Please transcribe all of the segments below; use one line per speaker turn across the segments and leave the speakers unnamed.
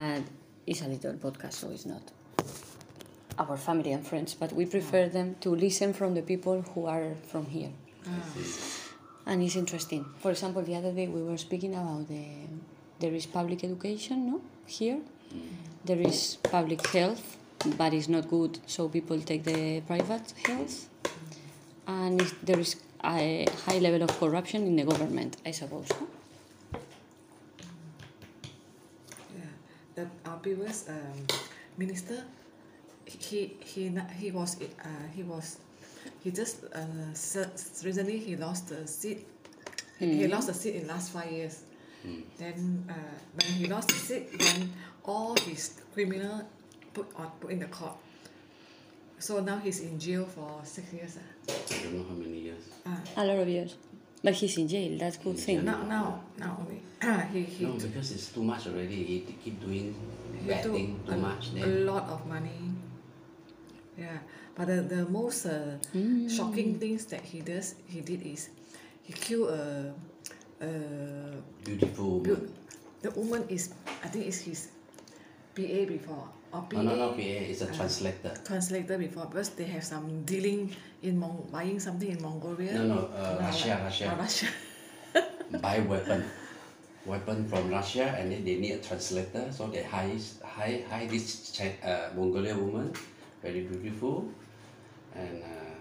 and it's a little podcast, so it's not our family and friends, but we prefer them to listen from the people who are from here. And it's interesting. For example, the other day we were speaking about the there is public education, no? Here, there is public health, but it's not good, so people take the private health, and if there is a high level of corruption in the government, I suppose. no?
Yeah, the our previous um, minister, he he na- he was uh, he was he just uh, se- recently he lost the seat. He lost the seat in last five years. Then uh, when he lost the seat, then all his criminal put on put in the court. So now he's in jail for six years. ah.
I don't know how many years.
A lot of years. But he's in jail, that's good thing.
Now now now only he he
No,
took-
because it's too much already. He t- keep doing
You
bad
do
thing too
a,
much.
a
Then
lot of money. Yeah, but the, the most uh, shocking things that he does he did is he killed a, a
beautiful.
bu- the woman is I think it's his PA before or PA
No, no, not PA. It's a translator.
translator before because they have some dealing in Mong- buying something in Mongolia.
No, no, uh, Russia, Russia.
Ah, Russia.
Buy weapon, weapon from Russia, and then they need a translator. So they hire hire, hire this Chi- uh, Mongolian woman, very beautiful, and uh,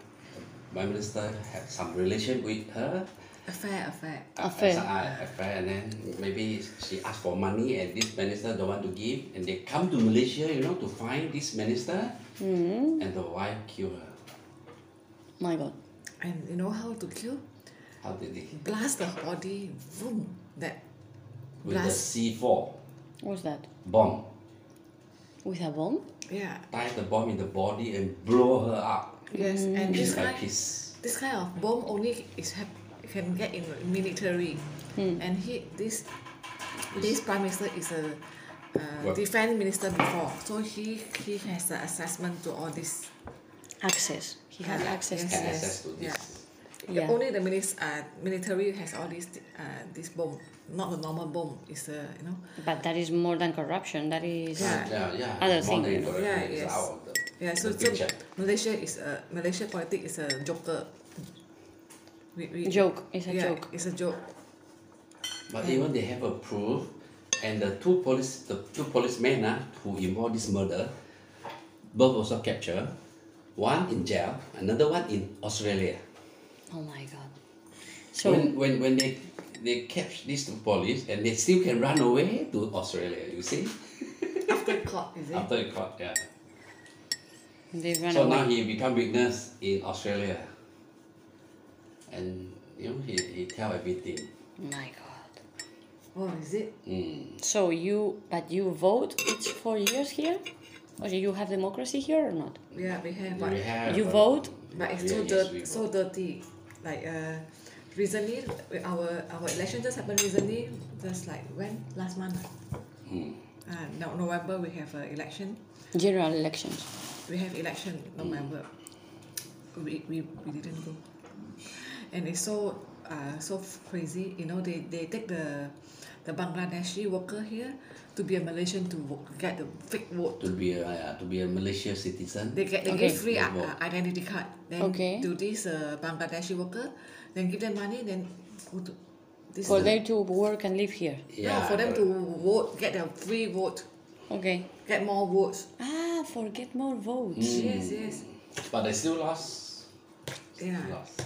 my minister had some relation with her.
affair, affair.
Affair.
Ah, As a- a friend, and then maybe she asked for money and this minister don't want to give and they come to Malaysia, you know, to find this minister
Mm-hmm.
Hmm.
and the wife kill her.
My God.
And you know how to kill?
How did they?
Blast the body, boom, that
With
blast.
the C4
What's that?
bomb.
With a bomb?
Yeah,
Tie the bomb in the body and blow her up
Yes,
Mm.
and
piece
this
by
kind,
piece.
this kind of bomb only is hap- can get in military,
Hmm.
and he this this prime minister is a uh,
What?
defense minister before, so he he has the assessment to all this.
Access. He had
Yeah,
access
yes,
to
And
that.
yes.
access to this.
Yeah.
Only the minis- uh, military has all this uh, this bomb, not the normal bomb. It's a you know
But that is more than corruption. That is.
Yeah.
Yeah, yeah.
Other
it's more
thing.
than correct,
Yeah,
it's
yes.
out of the,
yeah. So,
the
so
picture.
Malaysia is a Malaysia politics is a joker. We, we,
Joke. It's a
yeah,
joke.
It's a joke.
But even they have a proof, and the two police, the two policemen ah, who involved this murder, both also captured. One in jail, another one in Australia.
Oh my God. So
when when when they they catch these two police and they still can run away to Australia, you see,
After court, is it?
after the court, yeah.
they run
So
away.
now he become witness in Australia, and you know he, he tell everything.
My God.
Oh, is it?
So you, but you vote each four years here, or do you have democracy here or not?
Yeah, we have. But,
We have,
You
uh,
vote?
but it's
yeah,
so
yes,
dirty.
we
so
vote.
dirty. Like uh, recently, we- our our election just happened recently. Just like when last month. ah. Uh, no, November we have an election.
General elections.
We have election November. We, we, we didn't go. And it's so uh, so crazy. You know, they, they take the the Bangladeshi worker here to be a Malaysian to vote, get the fake vote.
to be a uh, to be a Malaysia citizen.
They get they
Okay.
give free uh,
They vote.
uh, identity card. Then
Okay.
to this uh, Bangladeshi worker, then give them money, then go to this.
For them to work and live here.
no, for them to vote, get a free vote,
Okay.
get more votes.
Ah, forget more votes.
Yes, yes.
But they still lost.
Yeah.
Lost.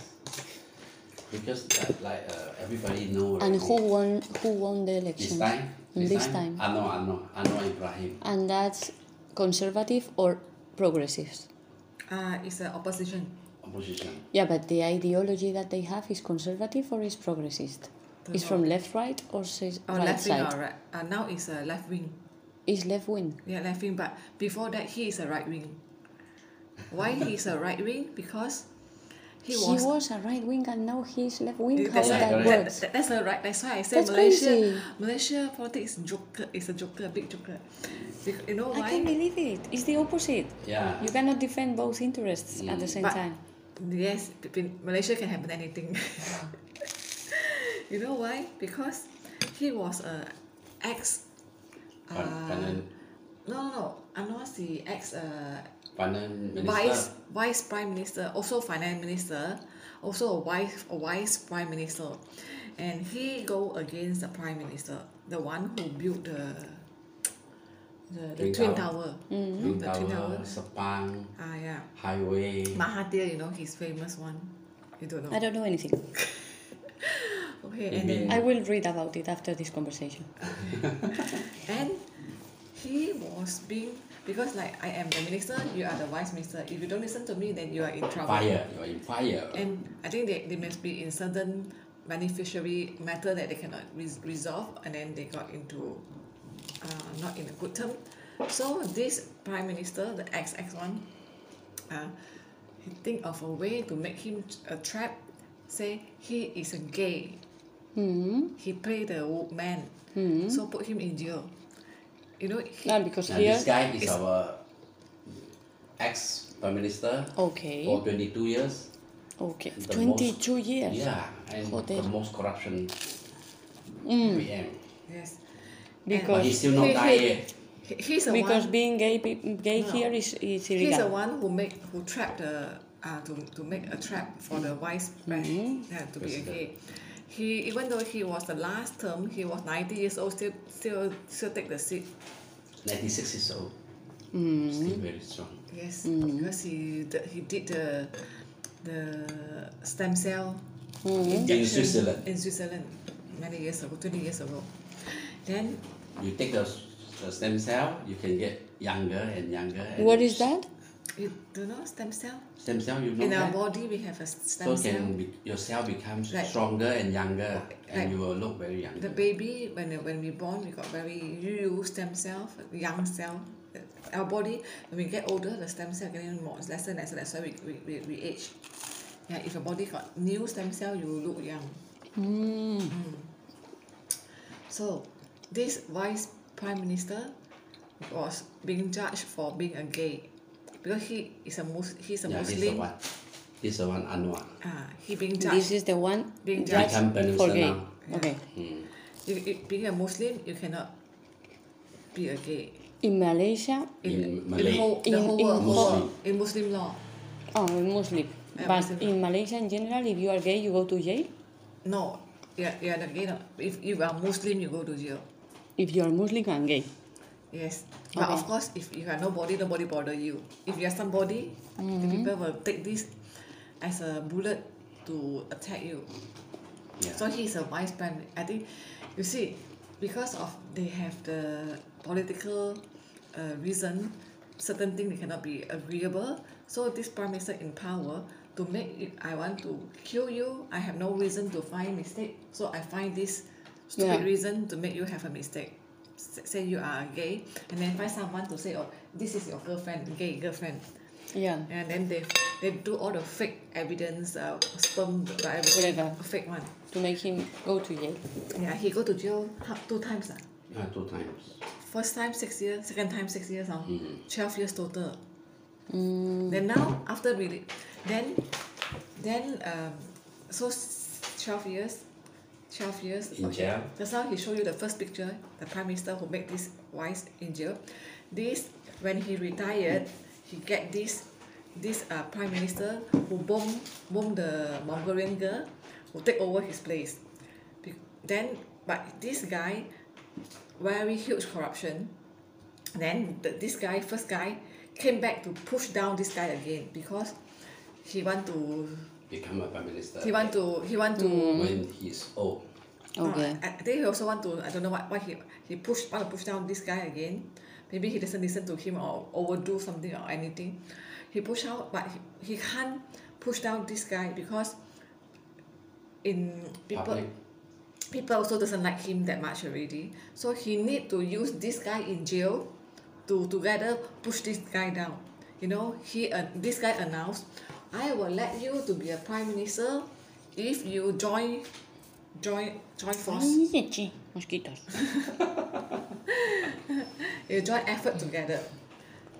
Because uh, like uh, everybody know.
And
already.
who won? Who won the
This
elections?
time.
This time.
Ano Ano Ano Ibrahim.
And that's conservative or progressive.
Uh, it's an opposition.
Opposition.
Yeah, but the ideology that they have is conservative or is progressist?
Don't
Is
know.
from left, right, or says
Or
right
Oh, left wing
side?
or right. Uh, now it's a left wing.
Is left wing.
Yeah, left wing. But before that, he is a right wing. Why he is a right wing? Because he
He
was.
was, a right wing and now he's left wing. How
That's,
is
why,
that
right.
that-
works?
that- that's a right. That's why I said
That's
Malaysia.
crazy.
Malaysia politics is joker. It's a joker, a big joker. Bec- You know why?
I can't believe it. It's the opposite.
Yeah.
You cannot defend both interests at the same
Mm, But-
time.
Yes, between- Malaysia can happen anything. you know why? Because he was a ex
Pan- Panan
No, no, no. Anwar, the ex uh,
Panan
vice
minister.
vice prime minister, also finance minister, also a wife a vice prime minister, and he go against the prime minister, the one who built the the, the twin
Twin Tower.
tower.
Hmm,
Twin
The twin
Tower,
tower.
Sepang,
Ah yeah,
Highway.
Mahathir, you know his famous one. You don't know.
I don't know anything.
Okay,
You
and then
mean-
I will read about it after this conversation.
and he was being because like I am the minister, you are the vice minister. If you don't listen to me, then you are in trouble.
Fire. You're in fire.
And I think they, they must be in certain beneficiary matter that they cannot res- resolve, and then they got into uh, not in a good term. So this prime minister, the ex ex one, uh, he think of a way to make him a trap. Say he is a gay. He play the man, so put him in jail. You know, he,
Not because
Now,
here.
this guy is
is-
our ex prime minister for
Okay.
22 years.
Okay.
The most-
22 years.
Yeah, and
Hotel.
the most corruption
Mm.
PM.
yes, And-
Because
But he's still not
He-
die
he-
yet.
he- he's the
because
one.
being gay peop- gay
No.
here is is
He's the
illegal.
one who make who trap the uh, to, to make a trap for the vice president yeah, to be a
President.
gay. He even though he was the last term, he was ninety years old, still still still take the seat.
96 years old.
Mm.
Still very strong.
Yes, because he the, he did the the stem cell
In Switzerland.
in Switzerland many years ago, twenty years ago. Then
You take the, the stem cell, you can get younger and younger. And
What is that?
you do you know stem cell
Stem cell, you know
in our
that?
body we have a stem
So
cell.
can be, your cell becomes
Like-
stronger and younger, and
like-
you will look very young.
The baby, when when we born, we got very new stem cell, young cell. Our body, when we get older, the stem cell getting more less and less. That's why we, we, we, we age. Yeah, if your body got new stem cell, you will look young. Mm. So, this vice prime minister was being judged for being a gay, because he is a mus- he's a
yeah, this is the
Muslim.
one. This is the one, Anwar.
Ah, he being
This
judged.
is the one
Being
judged
Become Prime
for
Minister
gay.
now.
Okay.
If, if being a Muslim, you cannot be a gay.
In Malaysia,
In
in,
Malay.
in whole, the
In-
whole
in
world, whole
Muslim.
world, in Muslim law.
oh, in Muslim.
Yeah,
But
Muslim.
in Malaysia in general, if you are gay, you go to jail.
No, yeah, yeah, the gay. no. If you are Muslim, you go to jail.
If you are Muslim and gay.
Yes, but
Okay.
of course, if you are nobody, nobody bother you. If you are somebody,
Mm-hmm.
the people will take this as a bullet to attack you.
Yeah.
So he's a vice prime. I think, you see, because of they have the political uh, reason, certain thing they cannot be agreeable. So this prime minister in power to make it, I want to kill you. I have no reason to find mistake. So I find this
Yeah.
stupid reason to make you have a mistake. S- Say you are gay, and then find someone to say, "Oh, this is your girlfriend, gay girlfriend,"
Yeah.
and then they they do all the fake evidence, uh, sperm, everything,
Whatever.
fake one.
To make him go to jail.
Yeah, he go to jail ho- two times. ah.
Ah, two times.
First time six years, second time six years. ah.
Mm-hmm.
Twelve years total. Then now after really, then then um, so s- twelve years, twelve years.
In jail.
Just now he show you the first picture, the prime minister who made this wise in jail. This when he retired, he get this this uh, prime minister who bomb bomb the Mongolian girl, who take over his place. Be- Then but this guy, very huge corruption. Then the, this guy, first guy, came back to push down this guy again because he want to
Become a prime minister.
he want to he want to.
Mm.
When he's old.
Okay.
No, I, I think he also want to. I don't know what why he he push want to push down this guy again. Maybe he doesn't listen to him or overdo something or anything. He push out, but he, he can't push down this guy because in people
Public.
people also doesn't like him that much already. So he need to use this guy in jail to together push this guy down. You know, he uh, this guy announced, I will let you to be a prime minister if you join join join force.
Ay, chi, mosquitos.
You join effort together.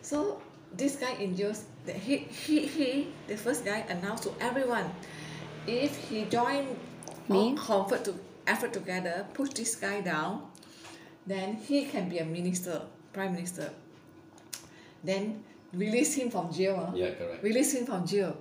So this guy in jail that he he he the first guy announced to everyone if he join
Me?
all comfort to effort together, push this guy down, then he can be a minister, prime minister. Then release him from jail. ah.
Yeah, correct.
Release him from jail.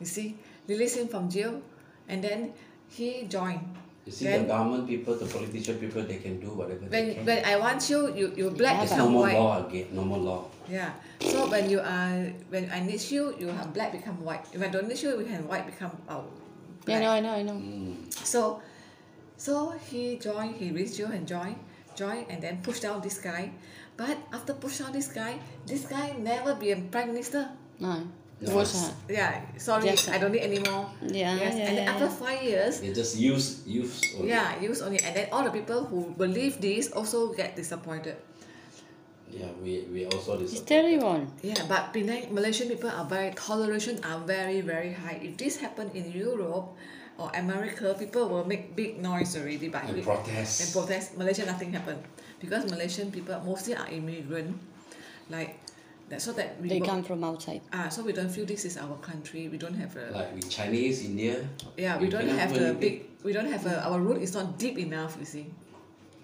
You see, release him from jail, and then he joined.
You see,
Then-
the government people, the politician people, they can do whatever they
When
can.
when I want you, you you black
There's
and
no
I'm
more
white.
law again, no more law.
Yeah. So when you are when I need you, you have black become white. If I don't need you, we can white become uh,
Yeah,
black.
no, I know, I know.
So, so he joined. He reached you and joined, joined, and then pushed down this guy. But after push down this guy, this guy never be a prime minister.
No, it
No,
was uh,
it's-
a-
Yeah. Sorry,
Yes,
I don't need anymore.
Yeah,
Yes.
yeah,
and then
yeah,
after
yeah.
five years.
They just use use. only.
Yeah, use only, and then all the people who believe this also get disappointed.
Yeah, we we also
It's
disappointed.
terrible.
Yeah, but Penang, Malaysian people are very toleration are very very high. If this happened in Europe or America, people will make big noise already. But
And
we-
protest.
and protest. Malaysia nothing happened because Malaysian people mostly are immigrant, like that. So that we
They
will-
come from outside.
ah, so we don't feel this is our country. We don't have a
Like with Chinese, India.
yeah, we
you
don't
cannot
have
do
the
anything.
big. We don't have a, our root is not deep enough. You see,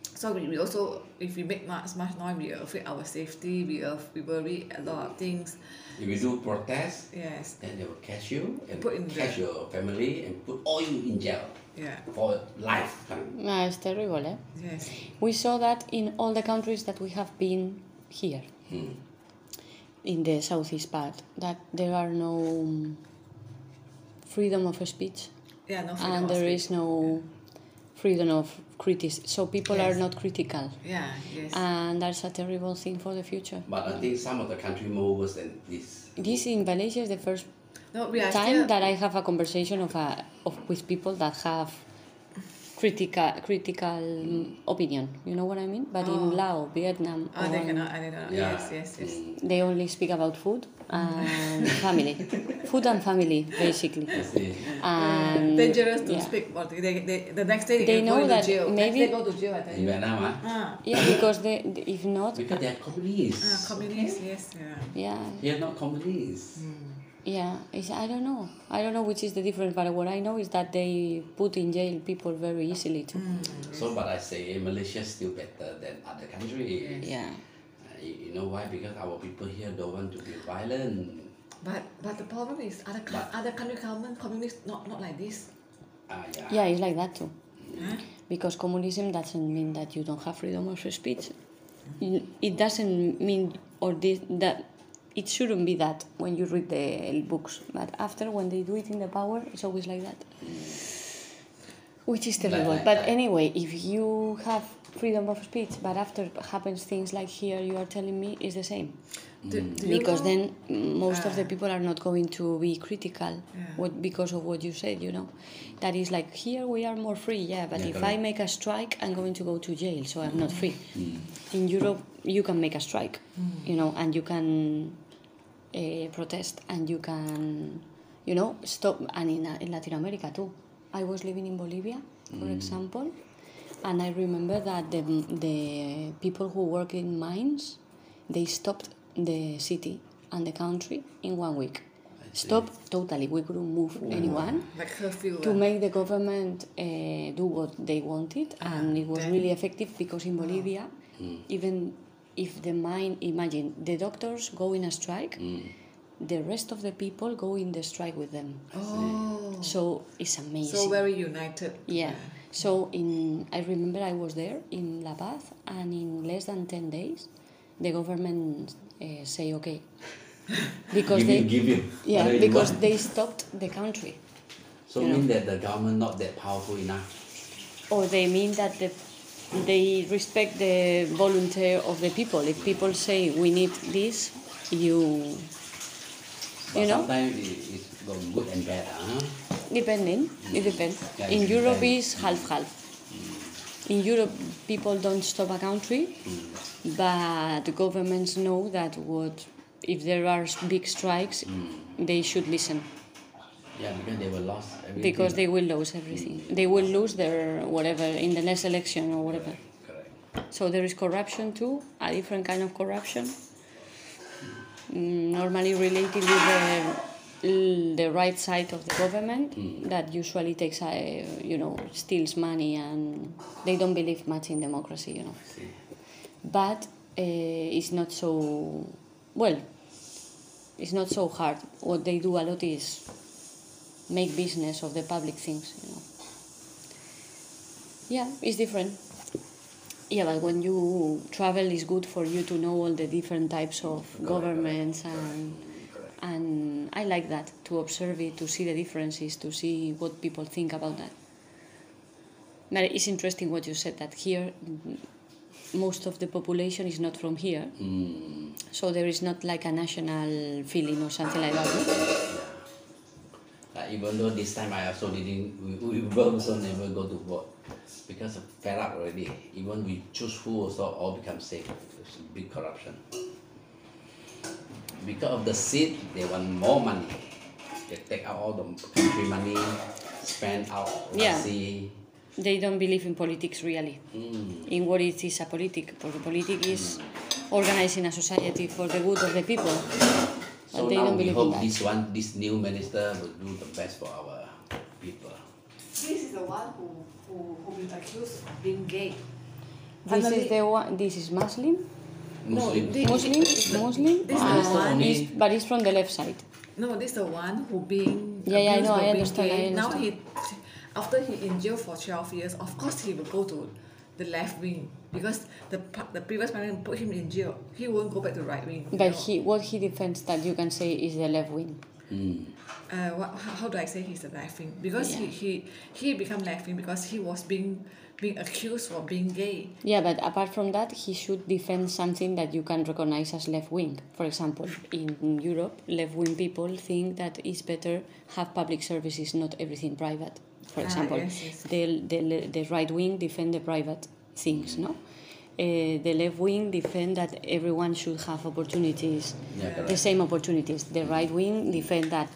so we, we also if we make much much noise, we affect our safety. We uh, we worry a lot of things.
If you do protest,
Yes.
then they will catch you and
Put in
catch your family and put all you in jail
Yeah.
for lifetime.
No, it's terrible, eh?
Yes.
We saw that in all the countries that we have been here,
Hmm.
in the southeast part, that there are no um, freedom of speech
Yeah. No. freedom
and
of
there
speech.
is no freedom of criticism. So people
Yes.
are not critical.
Yeah. Yes.
And that's a terrible thing for the future.
But I think some of the country more worse than this.
This in Valencia is the first
no. We are
time
still.
that I have a conversation of a, of with people that have critical critical mm, opinion. You know what I mean? But in Laos, Vietnam,
oh, they
or-
cannot. I don't know.
Yeah.
Yes. Yes. Yes.
Mm.
they only speak about food and family, food and family basically.
I see.
And
Dangerous to
yeah.
speak. But they, they, the next day they,
They
can
know
go
that
to jail.
maybe-
next day go to jail. I tell
In
you.
Vietnam, ah,
Ah.
Yeah, because they if not,
because they are
Ah,
communists.
communist. Yes. Yeah.
yeah,
They are not communists.
yeah. It's, I don't know. I don't know which is the difference, but what I know is that they put in jail people very easily too.
So, but I say Malaysia still better than other country.
Yeah.
Uh, You, you know why? Because our people here don't want to be violent.
But but the problem is other cou- other country government communist not not like this.
Ah, yeah.
Yeah, it's like that too.
Huh?
Because communism doesn't mean that you don't have freedom of speech. It doesn't mean or this, that it shouldn't be that when you read the books. But after when they do it in the power, it's always like that, which is
Like-
terrible.
like
But
that.
anyway, if you have freedom of speech, but after happens things like here, you are telling me is the same
Do, do you
because
know-
then mm, most of the people are not going to be critical
Yeah.
what because of what you said you know that is like here we are more free yeah but
Yeah, Mm.
if i
correct.
make a strike i'm going to go to jail so i'm not free in europe you can make a strike you know and you can uh, protest and you can you know stop and in, uh, in latin america too i was living in bolivia for example and i remember that the, the people who work in mines they stopped the city and the country in one week Stop totally we couldn't move anyone
like curfew.
to
uh,
make the government uh, do what they wanted, and it was
then-
really effective because in Bolivia, even if the mine, imagine the doctors go in a strike, the rest of the people go in the strike with them.
Oh,
So it's amazing.
so very united.
yeah. So in I remember I was there in La Paz, and in less than ten days, the government uh, say okay, because
give
they
him, give him.
yeah
Whatever you
because
want.
they stopped the country.
So mean that the government not that powerful enough.
or they mean that the, they respect the volunteer of the people. If people say we need this, you
But
You know?
sometimes it, it's got good and bad, ah. huh?
depending. It depends.
Yeah,
In
it
Europe,
depends.
is half half. In Europe, people don't stop a country, but the governments know that what if there are big strikes, they should listen
Yeah, because they were lost. Everything.
because they will lose everything. They will lose their whatever in the next election or whatever.
Correct.
So there is corruption too, a different kind of corruption, mm, normally related with the l- the right side of the government that usually takes, uh, you know, steals money and they don't believe much in democracy, you know.
See.
but uh, it's not so well. It's not so hard. What they do a lot is make business of the public things. You know. Yeah, it's different. Yeah, but when you travel, it's good for you to know all the different types of governments and and I like that to observe it, to see the differences, to see what people think about that. But it's interesting what you said that here, mm, most of the population is not from here,
Mm,
so there is not like a national feeling or something like that. no?
like even though this time I also didn't, we, we both also never go to vote because of fed up already. Even we choose who also all become safe. There's a big corruption. Because of the seat, they want more money. They take out all the country money, spend out
Yeah.
overseas.
They don't believe in politics really,
Mm,
in what it is a politic. For the politic is organizing a society for the good of the people.
So
they
now
don't
we
believe in
hope
that.
this one, this new minister will do the best for our people.
This is the one who, who, who been accused of being gay.
This
Finally-
is the one. This is Muslim.
Muslim.
they-
Muslim. It's Muslim.
This is
and
the one-
it's- but it's from the left side.
No, this the one who being
Yeah, yeah, I
abused
know,
for
I
being
understand, I
gay. Now
understand.
he, after he in jail for twelve years, of course he will go to the left wing because the pa- the previous parliament put him in jail. He won't go back to right wing. you
But
know.
he, what he defends that you can say is the left wing.
Mm.
uh, what, how how do I say he's a left wing? Because he, he he become left wing because he was being being accused for being gay.
Yeah, but apart from that, he should defend something that you can recognize as left wing. For example, in Europe, left wing people think that it's better have public services, not everything private. For
Ah,
example,
yes, yes.
the, the, the right wing defend the private things, no? Uh, the left wing defend that everyone should have opportunities,
Yeah,
the
correct.
same opportunities. The right wing defend that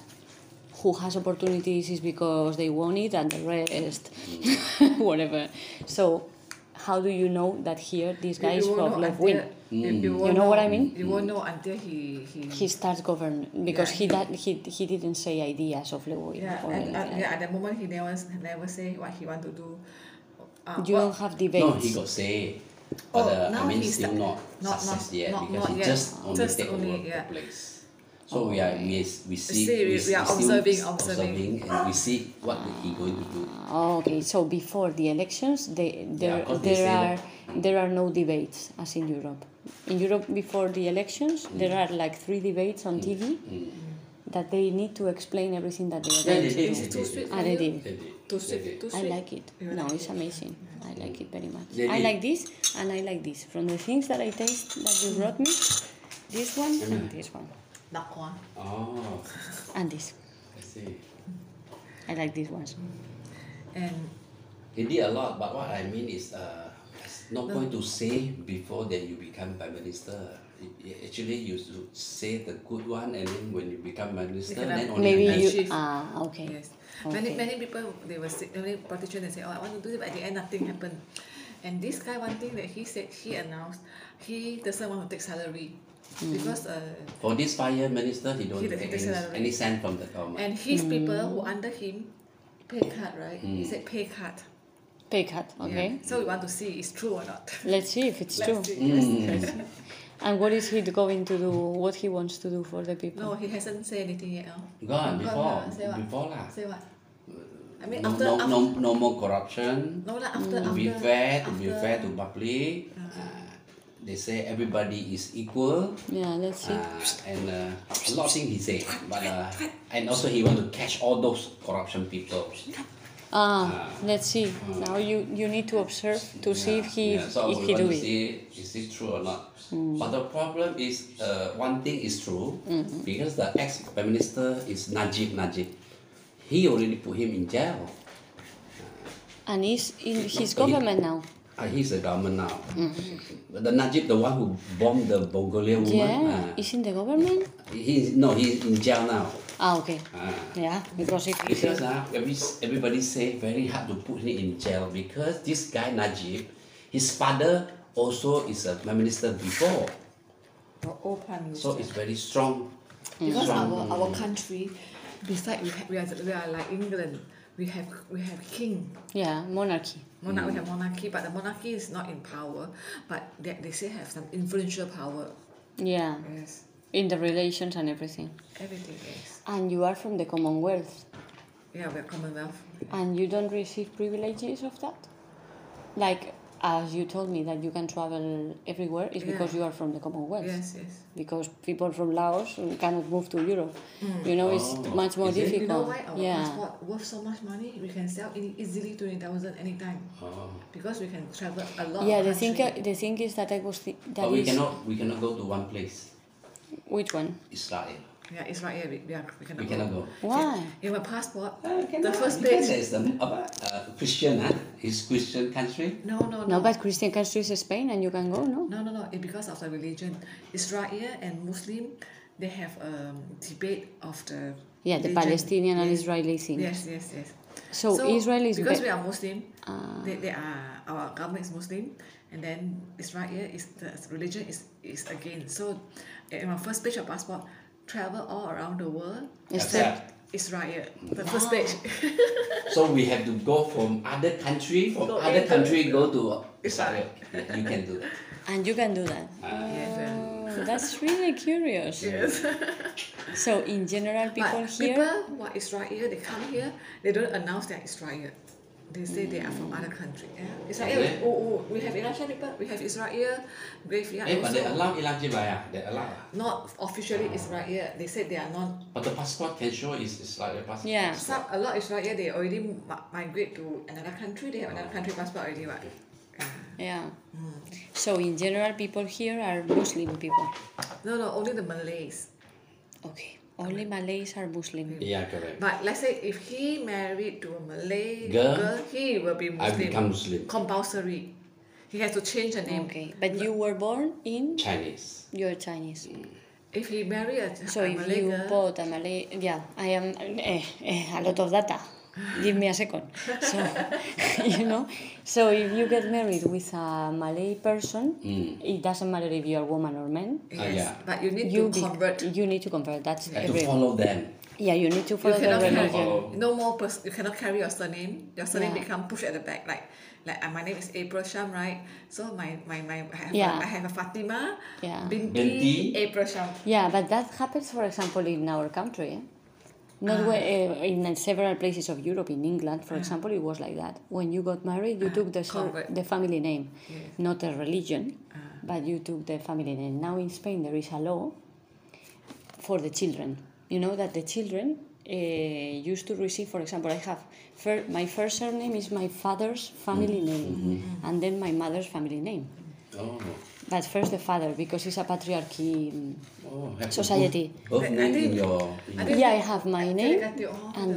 who has opportunities is because they want it and the rest whatever so how do you know that here this guy
You-
is
you won't
from
know uh,
left wing
until- You, you
You
won't
know what I mean?
You won't know until he he.
he starts govern because
Yeah.
he that he, he didn't say ideas of left wing
yeah,
or
at,
anything
at,
like
yeah,
that.
at the moment he never never say what he want to do. Uh,
you
what-
don't have
No, he
debates
got say,
Oh,
but uh,
now
I mean,
he's
still
the-
not,
not-
success
not-
yet
not-
because
not
he
yet.
just only
Just
take
only,
over
yeah.
the place. So we are we, s- we see
See, we-
s-
we are
still
observing,
s-
observing.
and we see what he going to do.
Ah, okay so before the elections they, there
because they
there
say
are there are no debates as in Europe in Europe before the elections
Mm.
there are like three debates on TV that they need to explain everything that they are
Yeah,
going
they
to
did.
do.
They
too
did.
sweet
Ah, they
for you?
did.
They did.
Too
They
sweet,
did.
too
I
sweet.
like it.
You
no,
like
it's amazing. I like it very much.
They
I
did.
like this and I like this. From the things that I taste that you brought me, this one and this one
Nak one.
Oh,
and this.
I see.
I like these ones.
And
They did a lot, but what I mean is, uh, it's not going to say before that you become prime minister. It- it- Actually, you should say the good one, and then when you become prime minister,
cannot-
then only
Maybe
you-
you
achieve.
ah okay.
yes, many
Okay.
many people they were say, many politicians they say, oh I want to do this, but at the end nothing happened. And this guy one thing that he said he announced he doesn't want to take salary because uh,
For this fire minister, he don't
He
get
doesn't
any,
take salary.
any cent from the government.
and his people who under him pay cut right. He said pay cut.
Pay cut. Okay.
So we want to see it's true or not.
Let's see if it's true.
Let's see.
Mm.
And what is he going to do? What he wants to do for the people?
No, he hasn't said anything yet. Oh.
Gone before,
Gone, uh, say what?
before lah.
Say what? I mean
no,
after
no,
after
no, no more corruption.
no lah, after
to
after
be fair, to be
after-
fair to public. Uh, they say everybody is equal.
Yeah, let's see.
Uh, and uh, a lot of things he say, but uh, and also he want to catch all those corruption people.
Ah, let's see. Now you you need to observe to see if he
yeah, so
if
we
he do
want to
it. Mm.
see is it true or not. But the problem is, uh, one thing is true
Mm-hmm.
because the ex prime minister is Najib Najib. He already put him in jail.
And he's in his
Not for him.
government now.
Uh, he's the government now. The Najib, the one who bombed the Mongolia woman.
Mm-hmm. Yeah,
Uh,
he's in the government.
he's no, he's in jail now.
Ah, okay.
Uh,
Yeah, because if if
Because uh, every, everybody say very hard to put him in jail because this guy Najib, his father also is a prime minister before,
Our old prime minister.
so it's very strong.
because
strong.
our our country, beside we ha- we are we are like England. we have we have king.
Yeah, monarchy.
Monarch, We have monarchy, but the monarchy is not in power, but they, they still have some influential power.
Yeah,
Yes,
in the relations and everything.
everything is.
And you are from the Commonwealth,
Yeah, we're Commonwealth.
and you don't receive privileges of that. Like as you told me that you can travel everywhere is because
Yeah.
you are from the Commonwealth.
Yes, yes.
Because people from Laos cannot move to Europe. You know, it's
Oh,
much more
is it?
difficult.
Mm. You know why our
yeah.
passport worth so much money? We can sell it easily twenty thousand anytime
Oh.
because we can travel a lot.
Yeah,
of
the thing
country.
the thing is that I was thi- that
But we
is-
cannot we cannot go to one place,
which one?
Israel.
Yeah, it's right here. We, we, are, we cannot.
We cannot go.
Why?
In my passport,
Ah,
the
cannot,
first
because
page.
it's the uh, uh, Christian, huh? It's Christian country.
No, no,
No,
no.
but Christian country is Spain, and you can go. No,
No, no, no. It's because of the religion. Israel and Muslim, they have a um, debate of the.
yeah, the
religion.
Palestinian and
Yes.
Israeli thing.
Yes, yes, yes.
So, Israel is Ah.
because
be-
we are Muslim. they, they are our government is Muslim, and then Israel is the religion is is again. So, in my first page of passport, travel all around the world
Except-
Israel. The first page.
So we have to go from other country, from
Go
other
into-
country, go to Israel. Yeah, you can do that.
and you can do that.
yes. yeah.
Oh, that's really curious.
Ah. Yes.
So in general, people
but
here.
people who are Israel, they come here, they don't announce they're Israel. They say they are from other country. Yeah? Israel,
Yeah.
oh, oh, we have Elijah people, we have Israel, graveyard
Eh, but they
also.
allow Elijah Bayah. They allow. ah.
Not officially Israel, they said they are not.
But the passport can show is Israel passport.
Yeah.
Some, a lot Israel, they already mi- migrate to another country, they have another country passport already, right?
Yeah. So in general, people here are Muslim people.
No, no, only the Malays.
Okay, only Malays are Muslim.
Yeah, correct.
But let's say if he married to a Malay
Girl,
girl, he will be
I
Muslim.
become Muslim.
Compulsory. He has to change the name.
Okay, but you were born in.
Chinese.
You're Chinese.
If he marry a,
So
a
if
Malay
you
girl,
bought a Malay, yeah, I am eh, eh, a lot of data. Give me a second. So you know, so if you get married with a Malay person, it doesn't matter if you are woman or man.
yes,
Ah, yeah.
but you need
You
to
be-
convert.
You need to convert. That's
I have
every.
to follow them.
Yeah, you need to
you
follow the
cannot
religion.
carry,
Follow.
no more pers- you cannot carry your surname. Your surname
Yeah.
become pushed at the back. Like like uh, my name is April Sham, right? So my my, my I have
Yeah.
a, I have a Fatima,
Yeah.
Binti,
Binti.
April Sham.
Yeah, but that happens, for example, in our country. eh? Not where, uh, in several places of Europe, in England, for example, it was like that. When you got married, you took the sur-
Convert.
the family name, not the religion, but you took the family name. Now in Spain, there is a law for the children. You know that the children uh, used to receive, for example, I have fir- my first surname is my father's family name, and then my mother's family name.
Oh.
But first the father, because it's a patriarchy. mm,
oh have to
Society.
Both, both
But I
name in
think-
your. in
I
your-
think-
yeah, I have my name
Kira kata, oh,
and